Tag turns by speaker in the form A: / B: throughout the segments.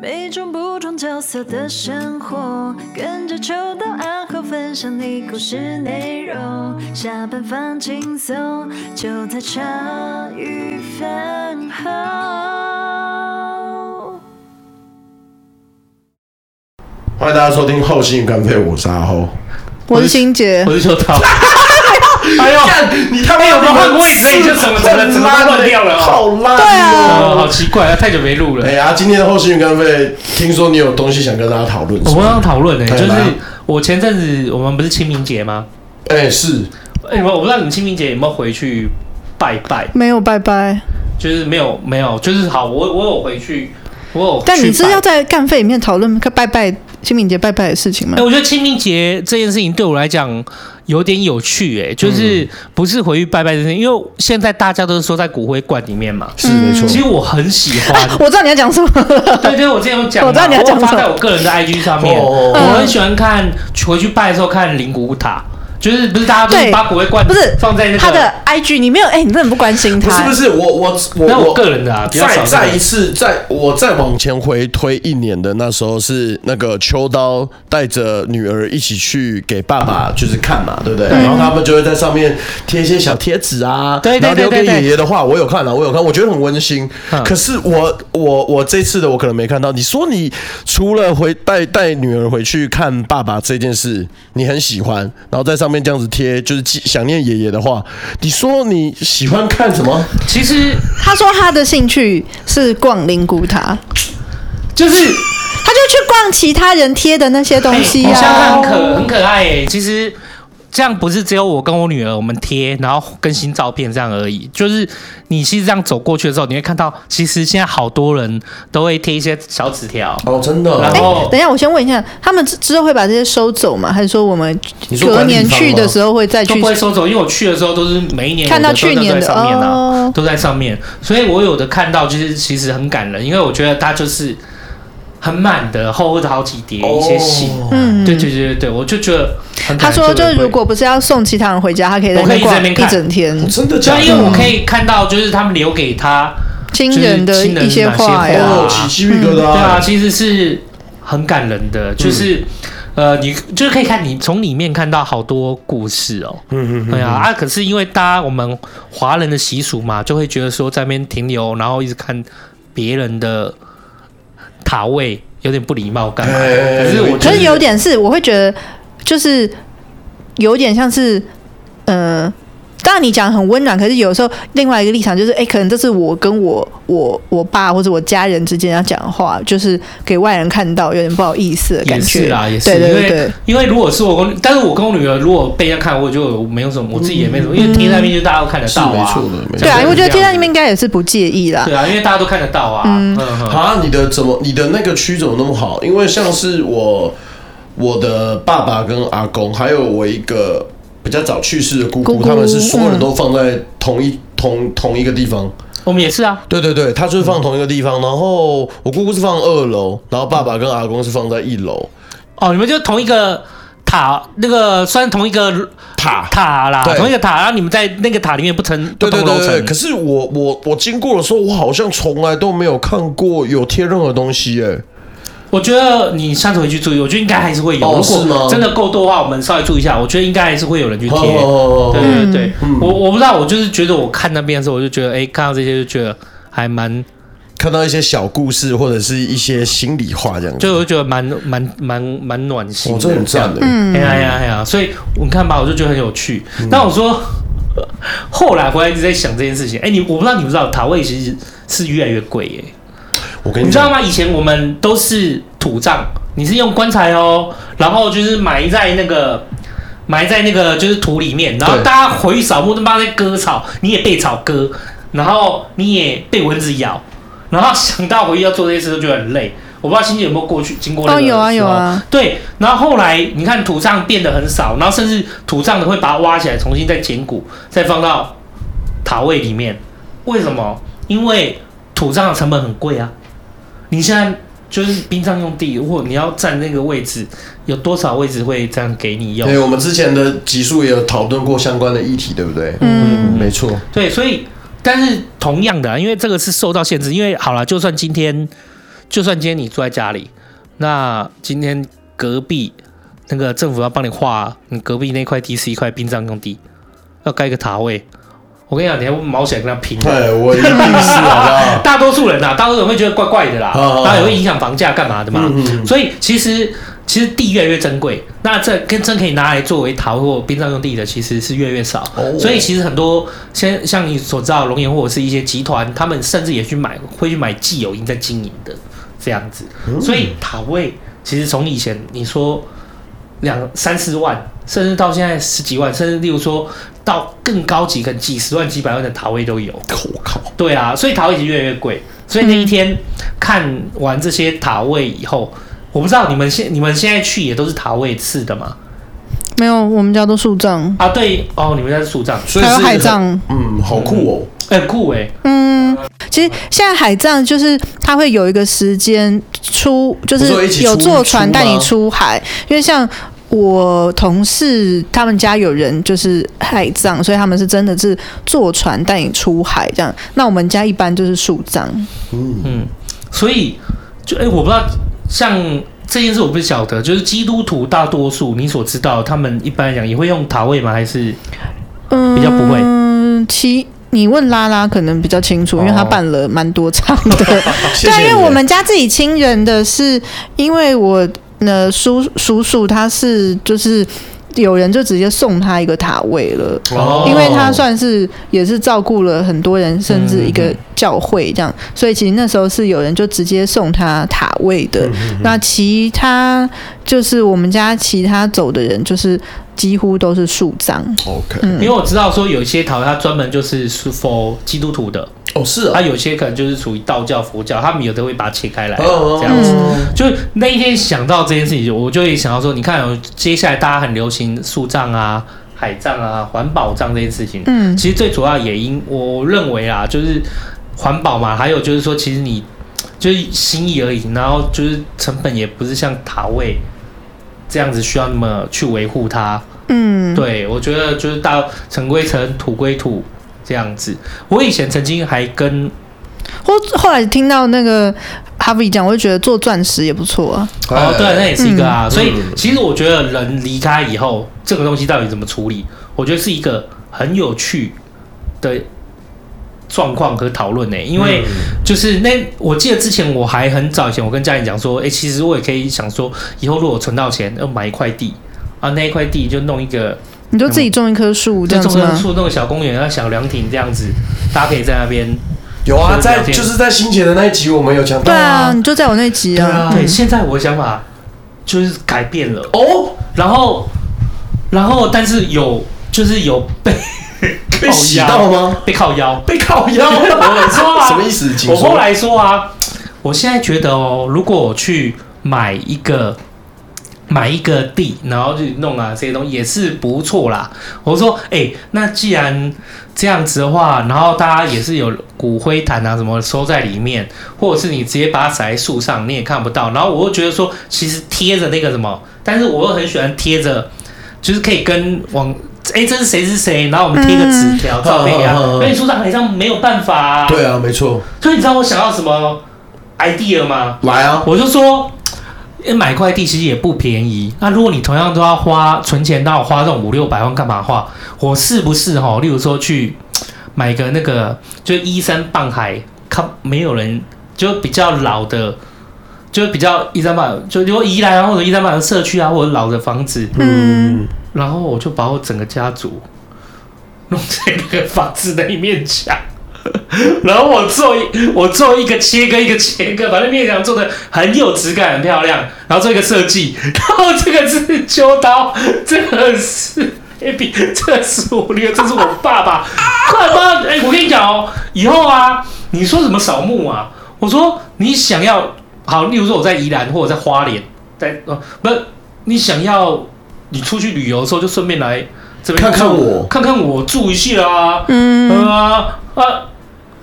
A: 每种不同角色的生活，跟着秋到暗号分享你故事内容。下班放轻松，就在茶余饭后。
B: 欢迎大家收听《后心与干肺》，我是阿后。
C: 我是欣姐
D: 我，就说他，
B: 哎呦，你他妈
D: 有没有换过一次就整个整个整个乱掉了哦
B: 好烂、
C: 对啊
D: 哦，好奇怪啊，太久没录了
B: 哎。呀，今天的《后心与干肺》，听说你有东西想跟大家讨论，
D: 我
B: 是
D: 们
B: 吗
D: 要讨论呢，欸
B: 对
D: 就是
B: 来
D: 我前阵子我们不是清明节吗？
B: 哎、是
D: 哎，我我不知道你们清明节有没有回去拜拜，
C: 没有拜拜，
D: 就是没有没有，就是好，我我有回去，我有去拜。
C: 但你是要在干费里面讨论拜拜清明节拜拜的事情吗，
D: 哎、？我觉得清明节这件事情对我来讲有点有趣、哎，就是不是回去拜拜这件事情，因为现在大家都是说在骨灰罐里面嘛。
B: 是没
D: 其
B: 错，
D: 实我很喜欢
C: 我知道你要讲 什么，
D: 对对，我之前有讲嘛，
C: 我知道你要
D: 有
C: 讲
D: 发
C: 什么
D: 在我个人的 IG 上面，
B: 哦
D: 我很喜欢看回去拜的时候看灵骨塔，就是不是大家都是
C: 对
D: 把骨灰罐
C: 不是
D: 放在那个
C: 他的 IG 你没有，哎、你真的不关心他，
B: 不是不是，我我
D: 那
B: 我
D: 我个人的啊，比较
B: 再
D: 少
B: 再
D: 这
B: 一
D: 个
B: 次，再我再往前回推一年的那时候是那个秋刀带着女儿一起去给爸爸就是看嘛，对不对？然后他们就会在上面贴一些小贴纸啊，
D: 对对
B: 然后留
D: 对
B: 给
D: 对对
B: 爷爷的话，我有看啊，我有看，我觉得很温馨。
D: 嗯
B: 可是我我我这次的我可能没看到。你说你除了回带带女儿回去看爸爸这件事，你很喜欢，然后在上面这样子贴，就是记想念爷爷的话。你说你喜欢看什么？
D: 其实
C: 他说他的兴趣是逛灵骨塔，
D: 就是。
C: 他就去逛其他人贴的那些 东西
D: 哎我想
C: 啊
D: 想。很可很可爱耶、其实这样不是只有我跟我女儿我们贴，然后更新照片这样而已。就是你其实这样走过去的时候，你会看到，其实现在好多人都会贴一些小纸条。
B: 哦，真的哦，
D: 然后
C: 等一下，我先问一下，他们之之后会把这些收走吗？还是说我们
B: 你说
C: 隔
B: 管理
C: 年
B: 方
C: 去
B: 吗
C: 的时候会再
D: 都
C: 去
D: 不？会收走，因为我去的时候都是每一年
C: 看到
D: 有的时候
C: 去
D: 都
C: 年的
D: 在上面啊，
C: 哦
D: 都在上面，所以我有的看到就是其实很感人，因为我觉得它就是很满的厚厚的好几叠一些信，
B: 哦
C: 嗯
D: 对对对对对，我就觉得很感
C: 他
D: 人
C: 说，就
D: 会
C: 是如果不是要送其他人回家，他可以在
D: 我可以一
C: 那
D: 直在
C: 逛
D: 那边
C: 一
D: 看
C: 整天。
B: 真的
D: 对
B: 假
D: 啊，
B: 的？
D: 因为我可以看到就是他们留给他。
C: 亲
D: 就是
C: 人的
D: 亲人
C: 一些
D: 哪些
C: 话
D: 话
C: 呀，
B: 哦，起鸡皮疙瘩。
D: 对啊，，其实是很感人
B: 嗯
D: 的，就是、呃，你就是可以看你从里面看到好多故事哦。
B: 嗯嗯
D: 对啊，啊，可是因为大家我们华人的习俗嘛，就会觉得说在那边停留，然后一直看别人的塔位，有点不礼貌干嘛？
B: 哎
D: 可是我
C: 可
D: 觉
C: 是
D: 得
C: 有点是，我会觉得就是有点像是，呃，当然你讲很温暖，可是有时候另外一个立场就是，哎、可能这是我跟我我我爸或者我家人之间要讲的话，就是给外人看到有点不好意思的感
D: 也
C: 觉
D: 是啦，也是，
C: 对对
D: 因
C: 对
D: 为
C: 对，
D: 因为如果是我跟，但是我跟我女儿如果被人家看，我就没有什么，我自己也没什么，因为贴在那边就大家都看得
B: 是
D: 到
B: 没
D: 啊
B: 错。的，没错
C: 嗯对
B: 的。
C: 啊，我觉得
D: 这样子
C: 贴在那边应该也是不介意啦
D: 对。啊，因为大家都看得到啊。嗯嗯
B: 啊，你的怎么，你的那个区怎么那么好？因为像是我，我的爸爸跟阿公，还有我一个比较早去世的姑
C: 姑
B: 姑，
C: 姑
B: 他们是所有人都放在同
D: 嗯
B: 一同同一个地方。
D: 我们也是啊。
B: 对对对，他就是放同一个地方，然后我姑姑是放二楼，然后爸爸跟阿公是放在一楼。
D: 哦，你们就同一个塔，那个算是同一个
B: 塔
D: 塔啦
B: 对，
D: 同一个塔，然后你们在那个塔里面不成
B: 对
D: 不
B: 对
D: 同楼
B: 对对，
D: 层
B: 可。是我我我经过的时候，我好像从来都没有看过有贴任何东西哎、
D: 我觉得你下次回去注意，我觉得应该还是会有。
B: 哦
D: 如
B: 是吗
D: 果真的够多的话，我们稍微注意一下，我觉得应该还是会有人去贴。
B: 哦
D: 对对对，我我不知道，我就是觉得我看那边的时候，我就觉得，哎，看到这些就觉得还蛮，
B: 看到一些小故事或者是一些心里话这样子，
D: 就我就觉得蛮蛮蛮蛮暖心
B: 哦，
D: 的。
B: 这很赞的。嗯，
D: 哎呀哎呀哎呀！所以你看吧，我就觉得很有趣。但我说， 后来回来一直在想这件事情。哎、你我不知道你不知道，塔位其实是越来越贵耶、
B: 我跟
D: 你
B: 你
D: 知道
B: 讲，
D: 吗？以前我们都是土葬，你是用棺材哦，然后就是埋在那个埋在那个就是土里面，然后
B: 对
D: 大家回去扫墓，他妈在割草，你也被草割，然后你也被蚊子咬，然后想到回去要做这些事，就觉得很累。我不知道欣姐有没有过去经过那个
C: 哦，有啊
D: 时
C: 有
D: 候
C: 啊，
D: 对，然后后来你看土葬变得很少，然后甚至土葬的会把它挖起来，重新再捡骨，再放到塔位里面。为什么？因为土葬的成本很贵啊。你现在就是殡葬用地，如果你要占那个位置，有多少位置会这样给你用？
B: 对，我们之前的集数也有讨论过相关的议题，对不对？
C: 嗯，
B: 没错。
D: 对，所以但是同样的啊、因为这个是受到限制，因为好了，就算今天就算今天你住在家里，那今天隔壁那个政府要帮你划，你隔壁那块地是一块殡葬用地，要盖一个塔位。我跟你讲，你还毛起来跟他拼。啊
B: 对，哎我一定是好不 好？
D: 大多数人啊，大多数人会觉得怪怪的啦，
B: 哦哦
D: 然后也会影响房价干嘛的嘛。
B: 嗯嗯嗯
D: 所以其实其实地越来越珍贵，那这跟真可以拿来作为陶或殡葬用地的，其实是越来越少。
B: 哦
D: 所以其实很多像像你所知道，龙岩或者是一些集团，他们甚至也去买会去买既有已经在经营的这样子。
B: 嗯
D: 所以塔位其实从以前你说两三四万，甚至到现在十几万，甚至例如说到更高级，可能几十万、几百万的塔位都有。
B: 我嗯靠，
D: 对啊，所以塔位已经越来越贵。所以那一天看完这些塔位以后，我不知道你们现你们现在去也都是塔位次的嘛？
C: 没有，我们家都树葬，
D: 啊，对哦，你们家是树葬，
B: 所以
C: 还
B: 是
C: 有
B: 一个
C: 海葬。
B: 嗯，好酷哦。
D: 哎、很酷哎、
C: 嗯，其实现在海葬就是它会有一个时间出，就
B: 不是一
C: 是
B: 起
C: 有
B: 出
C: 坐船
B: 出吗
C: 带你出海，因为像。我同事他们家有人就是海葬，所以他们是真的是坐船带你出海这样。那我们家一般就是树葬，
D: 嗯，所以就哎、我不知道像这件事我不晓得，就是基督徒大多数你所知道，他们一般来讲也会用塔位吗？还是
C: 嗯，
D: 比较不会
C: 嗯，其你问拉拉可能比较清楚，因为他
D: 哦
C: 办了蛮多场的。
B: 谢
D: 嗯
C: 对啊，
B: 谢
C: 因为
B: 你
C: 我们家自己亲人的是，因为我呢叔叔叔他是就是有人就直接送他一个塔位了。
B: 哦
C: 因为他算是也是照顾了很多人，甚至一个教会
B: 嗯
C: 这样，所以其实那时候是有人就直接送他塔位的。
B: 嗯
C: 那其他就是我们家其他走的人，就是几乎都是树葬。
B: OK，
C: 嗯
D: 因为我知道说有一些塔位它专门就是是 for 基督徒的，
B: 哦是
D: 它
B: 啊，
D: 有些可能就是属于道教、佛教，他们有的会把它切开来
B: 哦
D: 哎这样子。
B: 哦
D: 就是那一天想到这件事情，我就会想到说，你看哦，接下来大家很流行树葬啊、海葬啊、环保葬这件事情。
C: 嗯
D: 其实最主要也因我认为啊，就是环保嘛，还有就是说，其实你就是心意而已，然后就是成本也不是像塔位这样子需要那么去维护它。
C: 嗯，
D: 对，我觉得就是到尘归尘，土归土这样子。我以前曾经还跟
C: 我后来听到那个哈维讲，我就觉得做钻石也不错啊。
B: 哎
D: 哦，对，那也是一个啊。
B: 嗯
D: 所以其实我觉得人离开以后，这个东西到底怎么处理，我觉得是一个很有趣的状况和讨论呢。欸因为
B: 嗯
D: 就是那，我记得之前我还很早以前，我跟家人讲说，哎、其实我也可以想说，以后如果存到钱，要买一块地啊，那一块地就弄一个
C: 你就自己种一棵树
D: 就
C: 这样
D: 种
C: 子
D: 棵
C: 吗？啊
D: 树，弄个小公园，啊，小凉亭这样子，大家可以在那边。
B: 有啊，
D: 是
B: 在
D: 聊天
B: 就是在新杰的那一集我们有讲
C: 对
B: 到
C: 啊，，你就在我那集啊。
D: 对，现在我的想法就是改变了。
B: 哦，
D: 然后，然后但是有就是有被
B: 被洗到吗？
D: 被靠腰，
B: 被靠腰，
D: 我说啊
B: 什么意思？请
D: 我后
B: 说
D: 来说啊，我现在觉得哦，如果我去买一个买一个地，然后去弄啊这些东西也是不错啦。我说，哎、那既然这样子的话，然后大家也是有骨灰坛啊什么收在里面，或者是你直接把它撒在树上，你也看不到。然后我又觉得说，其实贴着那个什么，但是我又很喜欢贴着，就是可以跟往。哎，这是谁是谁？然后我们贴个纸条照片给他
B: 嗯嗯嗯嗯，
D: 因为树上好像没有办法、啊。
B: 对啊，没错，
D: 所以你知道我想要什么 idea 吗？
B: 来啊，
D: 我就说，诶买块地其实也不便宜。那如果你同样都要花存钱，那我花这种五六百万干嘛花？我是不是哈？例如说去买个那个，就依山傍海，看没有人，就比较老的，就比较依山傍，就如果宜兰啊或者依山傍海的社区啊，或者老的房子，
C: 嗯，
D: 然后我就把我整个家族弄在那个房子的一面墙， 然后我做一我做一个切割一个切割，把那面墙做的很有质感，很漂亮，然后做一个设计， 然后这个是秋刀， 这个是 A B，这个是我那个，这是我爸爸， 快帮哎、我跟你讲哦，以后啊，你说什么扫墓啊？我说你想要好，例如说我在宜兰或者在花莲，在哦不是你想要你出去旅游的时候就顺便来这边
B: 看看
D: 住
B: 我
D: 看看我住一下啊，
C: 嗯
D: 嗯啊啊，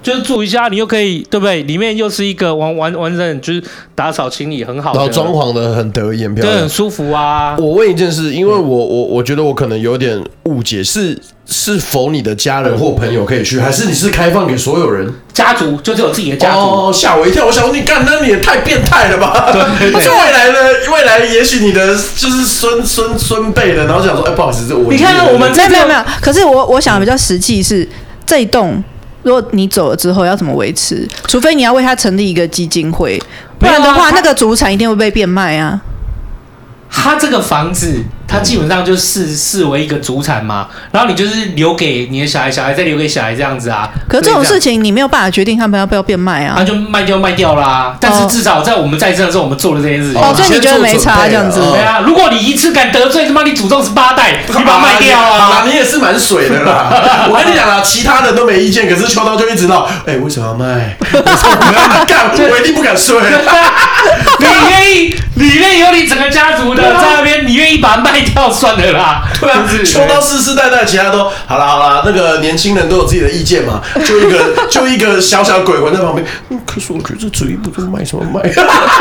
D: 就是住一下，你又可以对不对？里面又是一个完完完整，就是打扫清理很好的，
B: 然后装潢的很得意，很漂
D: 对，
B: 亮
D: 很。舒服啊。
B: 我问一件事，因为我我我觉得我可能有点误解，是是否你的家人或朋友可以
C: 嗯
B: 去，还是你是开放给所有人？
D: 家族就只有自己的家族，
B: 哦，吓我一跳！我想说你干，那你也太变态了吧？
D: 对
B: 不是未来的未来，也许你的就是孙孙孙辈的，然后想说，哎，不好意思，这我
D: 你看啊
B: 爷爷的
D: 我们
C: 没有没有
D: 这个
C: 没有，可是我我想的比较实际是这一栋。如果你走了之后要怎么维持？除非你要为它成立一个基金会，不然的
D: 没有啊
C: 话，
D: 它
C: 那个祖产一定会被变卖啊。
D: 他这个房子，他基本上就视视为一个主产嘛，然后你就是留给你的小孩，小孩再留给小孩这样子啊。
C: 可是这种
D: 就是
C: 事情你没有办法决定他们要不要变卖
D: 样，他
C: 啊。
D: 就卖掉卖掉啦。但是至少在我们在这的时候，我们做了这件事情。
C: 哦，所以你觉得没差
B: 先做准备啊
D: 对
C: 这样子？
D: 啊，如果你一次敢得罪他妈你祖宗十八代，你把它卖 掉
B: 啊！
D: 啊！
B: 你也是蛮水的啦。 我跟你讲啊，其他人都没意见，可是秋刀就一直闹，哎，为什么要卖？ 为什么要干？ 我一定不敢睡。
D: 你愿意，你愿意有你整个家族的在那边，你愿意把它卖掉算了啦。
B: 对啊
D: 是，不是
B: 秋刀世世代代，其他都好啦好啦，那个年轻人都有自己的意见嘛，就一个 就一个小小鬼魂在旁边。嗯可是我觉得这主意不对，卖什么卖？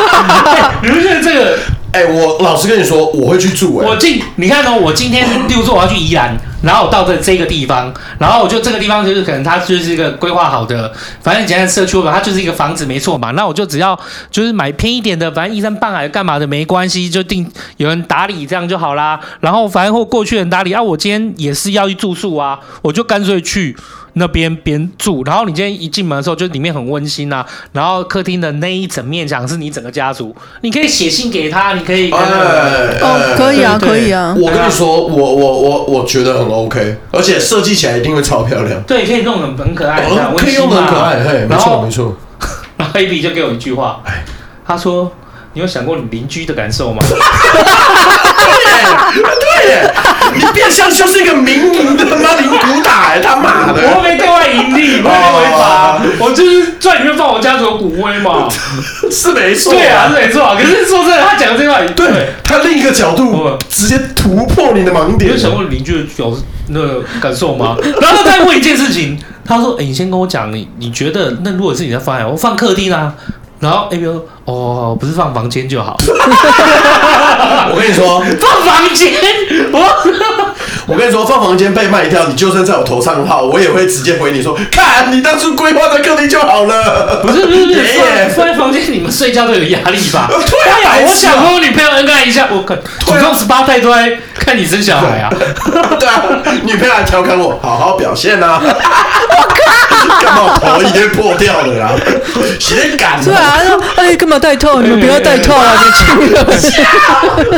D: 你们觉得这个
B: 哎、我老实跟你说，我会去住哎、
D: 我今你看哦，我今天，例如说我要去宜兰，然后我到这这个地方，然后我就这个地方就是可能它就是一个规划好的，反正简单社区吧，它就是一个房子没错嘛。那我就只要就是买偏一点的，反正依山傍海干嘛的没关系，就定有人打理这样就好啦。然后反正或过去人打理啊，我今天也是要去住宿啊，我就干脆去。那边边住，然后你今天一进门的时候，就里面很温馨啊。然后客厅的那一整面墙是你整个家族，你可以写信给他，你可以跟那个
B: 哎，
C: 哦，可以啊，
D: 呃对对
C: 可以啊。
B: 我跟你说，我我我我觉得很 OK，而且设计起来一定会超漂亮，
D: 对，可以弄得很很可爱，这样
B: 哦、可以用的很可爱，嘿，没
D: 啊然
B: 错哎
D: 后
B: 没错。
D: 然后 A B 就给我一句话，他说：“你有想过你邻居的感受吗
B: 对耶，你变相就是一个民营的他妈零古打哎，他？”妈的！
D: 我没对外盈利，我没违 法，我就是在里面放我家族的骨灰嘛。
B: 是没错，
D: 对啊，是没错啊。可是说真的，他讲的这句话，
B: 对，他另一个角度
D: 我
B: 直接突破你的盲
D: 你
B: 点
D: 有。想过邻居的有那个感受吗？然后再问一件事情，他说：“哎、你先跟我讲，你你觉得那如果是你在放呀，我放客厅啊。”然后 A B 说：“哦，不是放房间 就好，
B: 我跟你说，
D: 放房间， 我。”
B: 我跟你说，放房间被卖掉，你就算在我头上号，我也会直接回你说，看你当初规划的客厅就好了。
D: 不是不是不是，
B: 没
D: 放
B: 耶
D: 放在房间，你们睡觉都有压力吧？
B: 呃哎 对啊
D: 哎
B: 白
D: 呀
B: 痴啊啊
D: 我想和我女朋友恩爱一下，我可祖宗十八代都在 看你生小孩啊！
B: 对啊，女朋友还调侃我，好好表现啊！我靠，干嘛我头已经破掉了啊啦？谁敢、
C: 对啊，他说哎，干嘛带套？你们不要带套啊！你去了，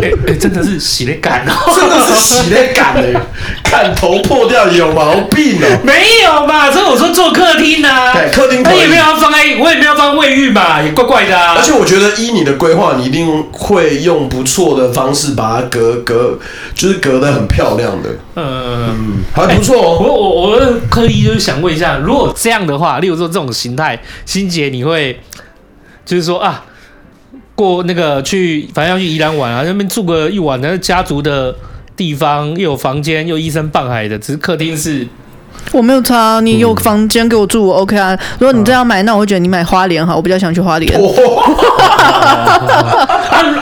D: 哎哎，真的是洗的感 哦，
B: 真的是洗得敢哎、看头破掉有毛病哦、
D: 没有吧？所以我说做客厅啊，
B: 对客厅可
D: 他
B: 以
D: 也没有要放在，我也没有要放卫浴嘛，也怪怪的啊
B: 而。且我觉得依你的规划，你一定会用不错的方式把它隔隔，就是隔得很漂亮的，
D: 嗯，
B: 嗯，还不错
D: 我
B: 哦、
D: 我我刻意就是想问一下，如果这样的话，例如说这种形态，欣姐你会就是说啊，过那个去反正要去宜兰玩啊，那边住个一晚，然后家族的地方又有房间，又依山傍海的，只是客厅是
C: 我没有差啊，你有房间给我住，我 OK 啊。如果你这样买，那我会觉得你买花莲好，我比较想去花莲。
D: 啊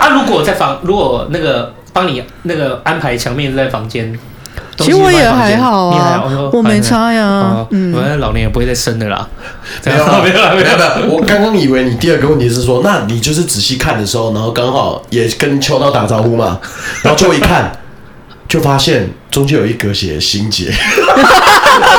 D: 啊，如果在房，如果那个帮你那个安排墙面是在房间。
C: 其实我也还好
D: 你还
C: 啊
D: 好，
C: 我没。差呀
D: 哦。
C: 嗯，
D: 反正老年也不会再生的啦。
B: 没
D: 哎
B: 有 啊，没有啊，没有啊。我刚刚以为你第二个问题是说，那你就是仔细看的时候，然后刚好也跟秋刀打招呼嘛，然后就一看， 就发现中间有一格写心 结，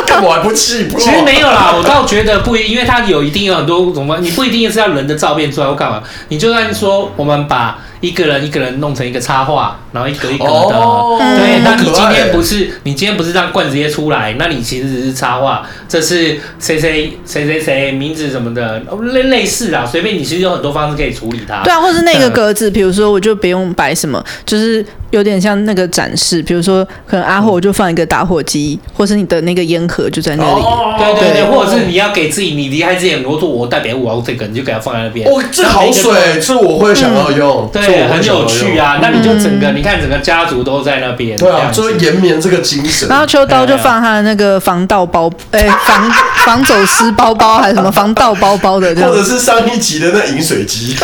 B: 干嘛还不气破？
D: 其实没有啦，我倒觉得不一，因为它有一定有很多种方，你不一定是要人的照片出来或干嘛，你就算说我们把一个人一个人弄成一个插画，然后一格一格的。
B: 哦，
D: 对，那你
B: 可
D: 今
B: 爱
D: 天不是你今天不是让罐直接出来，那你其实只是插画，这是谁谁谁谁谁名字什么的，类类似啦，随便你其实有很多方式可以处理它。
C: 对啊，或是那个格子，比如说我就不用摆什么，就是有点像那个展示，比如说可能啊，
B: 嗯
C: 或我就放一个打火机，或是你的那个烟盒就在那
D: 对
C: 里。
B: 哦
D: 对对，
C: 对
D: 或者是你要给自己，你离开之前，如果说我代表我要这个，你就给它放在那边。
B: 哦，这好水，这我会想要用，这
D: 对，
B: 我会
D: 很
B: 想要用
D: 有趣。啊！那你就整个，你看整个家族都在那边，
B: 嗯对
D: 这
B: 啊，
D: 样子
B: 就是延绵这个精神
C: 然。后秋刀就放他的那个防盗包，哎、防防走私包包还是 什么防盗包包的这样
B: 或者。是上一集的那饮水 机，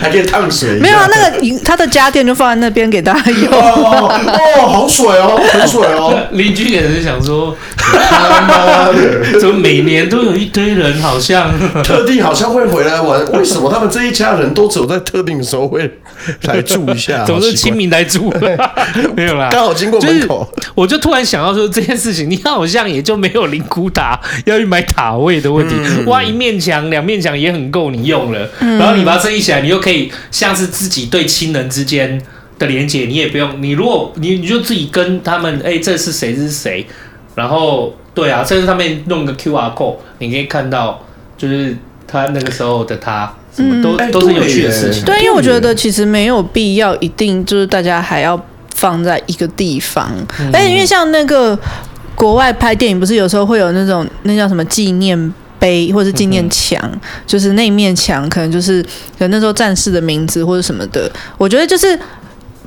B: 还可以烫水一样。
C: 没有啊，那个他的家电就放在那边给大家用。
B: 哦哦，好水哦，很水哦。
D: 邻居也是想说， 他妈的，怎么每年都有一堆人 好像
B: 特定好像会回来玩，为什么他们这一家人都只有在特定的时候会来住一下？
D: 总
B: 好奇
D: 是啊
B: 怪
D: 清明来住， 没有啦。
B: 刚好经过门口，
D: 就是 我就突然想到说这件事情，你好像也就没有灵骨塔要去买塔位的问题。挖一面墙、两面墙也很够你用了，然后你把它设计起来，你又可以像是自己对亲人之间的连接，你也不用你如果你你就自己跟他们，哎、这是谁这是谁，然后对啊，甚至上面弄个 QR code，你可以看到就是他那个时候的他，什么都、
B: 哎
D: 都是有趣的事情。
C: 对，因为我觉
D: 嗯
C: 得其实没有必要一定就是大家还要放在一个地方，
D: 嗯
C: 而且因为像那个国外拍电影，不是有时候会有那种那叫什么纪念。碑或是纪
D: 嗯
C: 念墙，就是那面墙，可能就是可能那时候战士的名字或者什么的。我觉得就是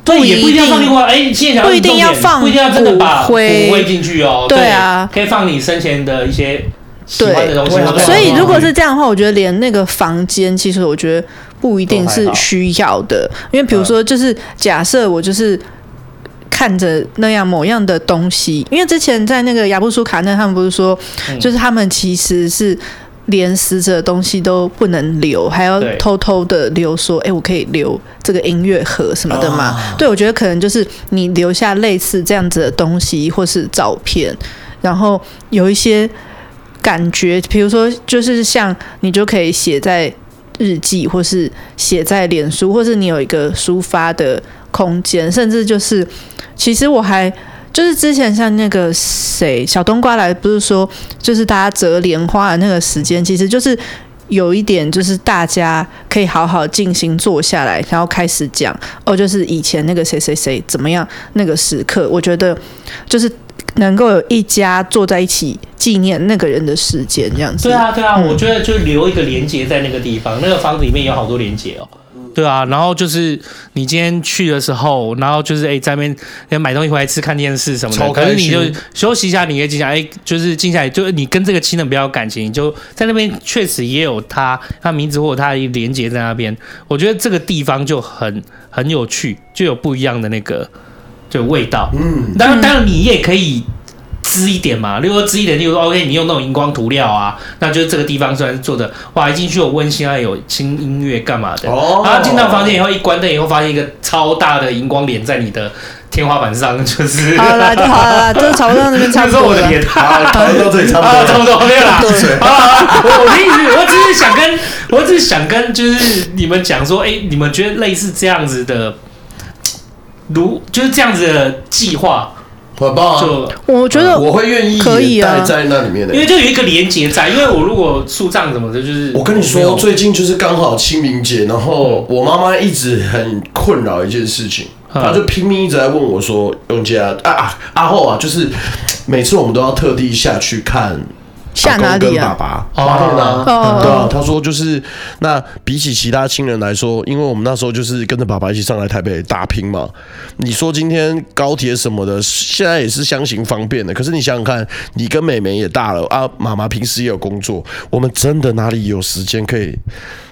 D: 对，也不一定要
C: 不一定
D: 放另外，哎、现在想
C: 不一定
D: 重点
C: 要放
D: 不一定要真的把
C: 骨灰
D: 灰进去哦。
C: 对啊
D: 可以放你生前的一些喜欢的东西
B: 对。
D: 或者
C: 所以，如果是
D: 嗯
C: 这样的话，我觉得连那个房间，其实我觉得不一定是需要的，因为比如说，就是假设我就是看着那样某样的东西，因为之前在那个亚布苏卡那，他们不是说，就是他们其实是。连死者的东西都不能留，还要
D: 对
C: 偷偷的留说，哎、我可以留这个音乐盒什么的嘛？对，我觉得可能就是你留下类似这样子的东西，或是照片，然后有一些感觉，比如说就是像你就可以写在日记，或是写在脸书，或是你有一个抒发的空间，甚至就是其实我还。就是之前像那个谁小冬瓜来，不是说就是大家折莲花的那个时间，其实就是有一点，就是大家可以好好静心坐下来，然后开始讲哦，就是以前那个谁谁谁怎么样那个时刻，我觉得就是能够有一家坐在一起纪念那个人的时间，这样子。
D: 对啊，对啊，
B: 嗯
D: 我觉得就留一个连接在那个地方，那个房子里面有好多连接哦。
B: 嗯
D: 对啊，然后就是你今天去的时候，然后就是哎、在那边哎买东西回来吃、看电视什么的，
B: 超
D: 可
B: 开
D: 是
B: 心
D: 你就休息一下，你也静下来，哎、就是静下来，就是你跟这个亲人比较有感情，你就在那边确实也有他他名字或者他的连接在那边，我觉得这个地方就很很有趣，就有不一样的那个就味道。
B: 嗯，
D: 当然，当然你也可以滋一点嘛，例如说滋一点，例如说哦 OK，你用那种荧光涂料啊，那就是这个地方虽然做的哇，一进去有温馨啊，有轻音乐干嘛的，
B: 哦
D: 然后进到房间以后一关灯以后，发现一个超大的荧光脸在你的天花板上， 就是
B: 啊
C: 好啦，就好啦，就差不多到那边差
D: 就
C: 不
D: 是我
C: 多
D: 的
C: 了。
D: 脸。
B: 好，讨论到这里差
D: 啊，
B: 不
D: 差
B: 多
D: 不
B: 了。
D: 多没有啦。
B: 对
D: 好啦，好啦我我的意思，我只是想跟，我只是想跟，就是你们讲说，哎、你们觉得类似这样子的，如就是这样子的计划，
B: 很棒啊，
D: 就
C: 我觉得
B: 我会愿意
C: 可以
B: 也
C: 啊
B: 待在那里面的
D: 因。为就有一个连接在，因为我如果树葬什么的，就是
B: 我跟你
D: 没
B: 说，
D: 有
B: 最近就是刚好清明节，然后我妈妈一直很困扰一件事情，
D: 嗯
B: 她就拼命一直在问我说：“永杰啊啊啊阿后啊，就是每次我们都要特地下去看
C: 下
B: 阿公
C: 哪里
B: 跟
C: 啊
B: 爸爸花莲啊，
C: 哦
B: 对啊，他说就是那比起其他亲人来说，因为我们那时候就是跟着爸爸一起上来台北打拼嘛。你说今天高铁什么的，现在也是相形方便的。可是你想想看，你跟妹妹也大了啊，妈妈平时也有工作，我们真的哪里有时间可以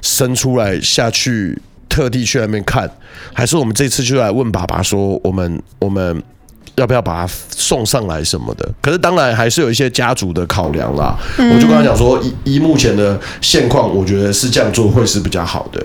B: 生出来下去特地去那边看？还是我们这次就来问爸爸说，我们我们要不要把它送上来什么的？可是当然还是有一些家族的考量啦。我就跟他讲说，以以目前的现况，我觉得是这样做会是比较好的。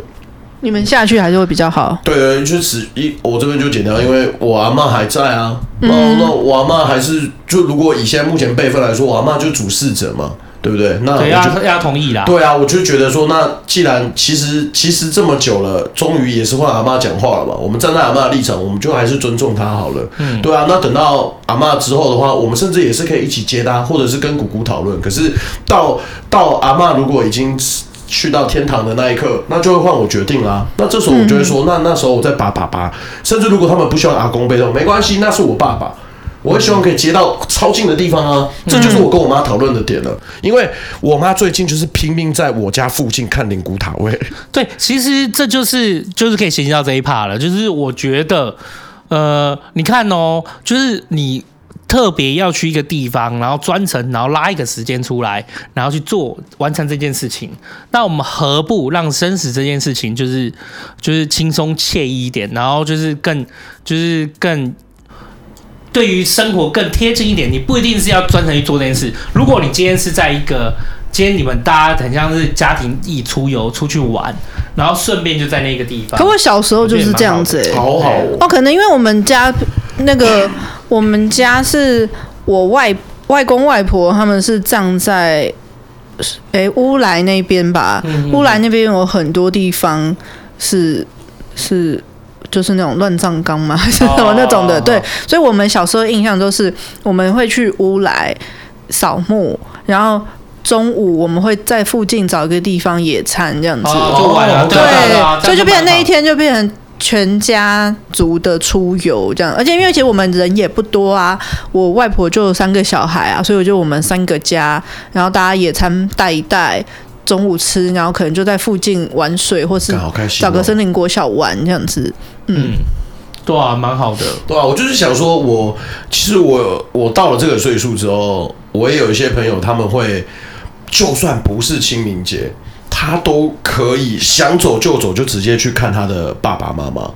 C: 你们下去还是会比较好。
B: 对对，就是一我这边就简单，因为我阿嬷还在啊，然后那我阿嬷还是就如果以现在目前辈分来说，我阿嬷就主事者嘛，对不对？那我
D: 对
B: 就
D: 要要同意啦。
B: 对啊，我就觉得说，那既然其实其实这么久了，终于也是换阿妈讲话了嘛。我们站在阿妈的立场，我们就还是尊重她好了。嗯，对啊。那等到阿妈之后的话，我们甚至也是可以一起接她，或者是跟姑姑讨论。可是到到阿妈如果已经去到天堂的那一刻，那就会换我决定啦。那这时候我就会说，那那时候我再把爸爸，甚至如果他们不希望阿公被动，没关系，那是我爸爸。我会希望可以接到超近的地方啊，这就是我跟我妈讨论的点了。因为我妈最近就是拼命在我家附近看灵骨塔位，
D: 对，其实这就是就是可以衔接到这一 part 了，就是我觉得，呃，你看哦，就是你特别要去一个地方，然后专程，然后拉一个时间出来，然后去做完成这件事情，那我们何不让生死这件事情就是就是轻松惬意一点，然后就是更就是更。对于生活更贴近一点，你不一定是要专程去做这件事。如果你今天是在一个，今天你们大家很像是家庭一起出游出去玩，然后顺便就在那个地方。
C: 可我小时候就是这样子、欸，
B: 好好哦。
C: 哦，可能因为我们家那个，我们家是我外外公外婆他们是葬在，诶乌来那边吧，
D: 嗯
C: 乌来那边有很多地方是是。就是那种乱葬岗嘛，还是什么那种的，
D: 哦
C: 对，所以我们小时候印象都是我们会去乌来扫墓，然后中午我们会在附近找一个地方野餐这样子，
D: 哦，就晚了，
B: 哦
D: 对啊对啊，
C: 所以就变成那一
D: 天。
C: 天就变成全家族的出游这样，而且因为其实我们人也不多啊，我外婆就有三个小孩啊，所以我就我们三个家，然后大家野餐带一带。中午吃，然后可能就在附近玩水，或是
B: 干好开心哦
C: 找个森林国小玩这样子。
D: 嗯，对啊，蛮好的。
B: 对啊，我就是想说我，其实我我到了这个岁数之后，我也有一些朋友，他们会就算不是清明节，他都可以想走就走，就直接去看他的爸爸妈妈。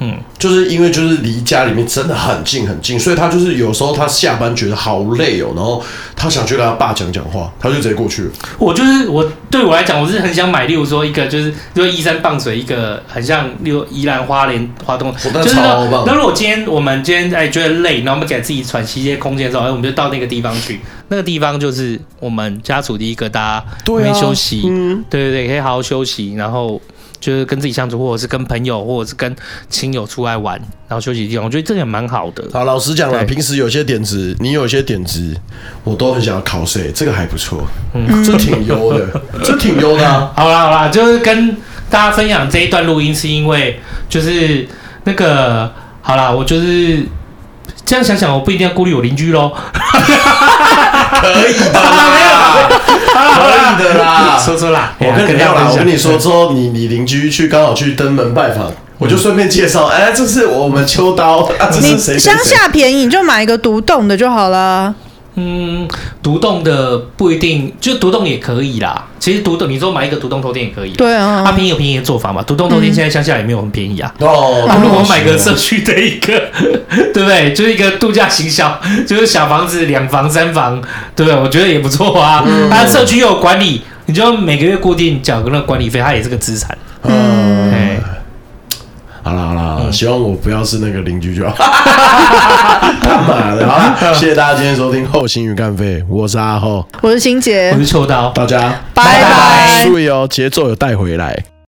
D: 嗯，
B: 就是因为就是离家里面真的很近很近，所以他就是有时候他下班觉得好累哦，然后他想去跟他爸讲讲话，他就直接过去了。
D: 我就是我对我来讲，我是很想买，例如说一个就是就是依山傍水，一个很像例如宜兰花莲花东，
B: 那
D: 就是
B: 超
D: 那
B: 棒
D: 那如果今天我们今天哎觉得累，然后我们给自己喘息一些空间的时候，哎，我们就到那个地方
B: 啊
D: 去。那个地方就是我们家属的一个大家
B: 对啊
D: 没休息，
B: 嗯
D: 对对对，可以好好休息，然后就是跟自己相处，或者是跟朋友，或者是跟亲友出来玩，然后休息的地方，我觉得这个也蛮好的。
B: 好，老实讲了，
D: 对
B: 平时有些点子，你有些点子，我都很想要考谁，这个还不错，嗯，这挺优 的，这挺优的啊。
D: 好啦好啦，就是跟大家分享这一段录音，是因为就是那个好啦，我就是这样想想，我不一定要孤立我邻居喽。
B: 可以的啦，可以的啦。
D: 说说啦，
B: 我跟
D: 哎大
B: 你
D: 家
B: 讲
D: 分
B: 啦，
D: 享
B: 我跟你说，之后你你邻居去刚好去登门拜
D: 嗯
B: 访，我就顺便介绍，哎，这是我们秋刀，啊，这
C: 你
B: 是谁谁
C: 乡
B: 谁。
C: 下便宜，你就买一个独栋的就好啦。
D: 嗯，独栋的不一定，就独栋也可以啦。其实独栋，你说买一个独栋头店也可以。
C: 对
D: 它、
C: 啊，嗯
D: 便宜有便宜的做法嘛，独栋头店现在乡下也没有很便宜啊。
B: 哦，
D: 不如我买个
B: 这
D: 社区的一个， 对不对？就是一个度假型小， 就是小房子，两房、三房，对不对？我觉得也不错啊。它、社区又有管理，你就每个月固定缴个那个管理费，它也是个资产。
B: 嗯，
D: 哎、
B: 好啦好啦好啦，希望我不要是那个邻居就好。 干嘛的？好
D: 嗯
B: 啦，谢谢大家今天收听《后心与干废》，我是阿后，
D: 哎
C: 我是欣姐
D: 我，是秋刀。
B: 大家
C: 拜拜
B: 注意哦，节奏有带回来。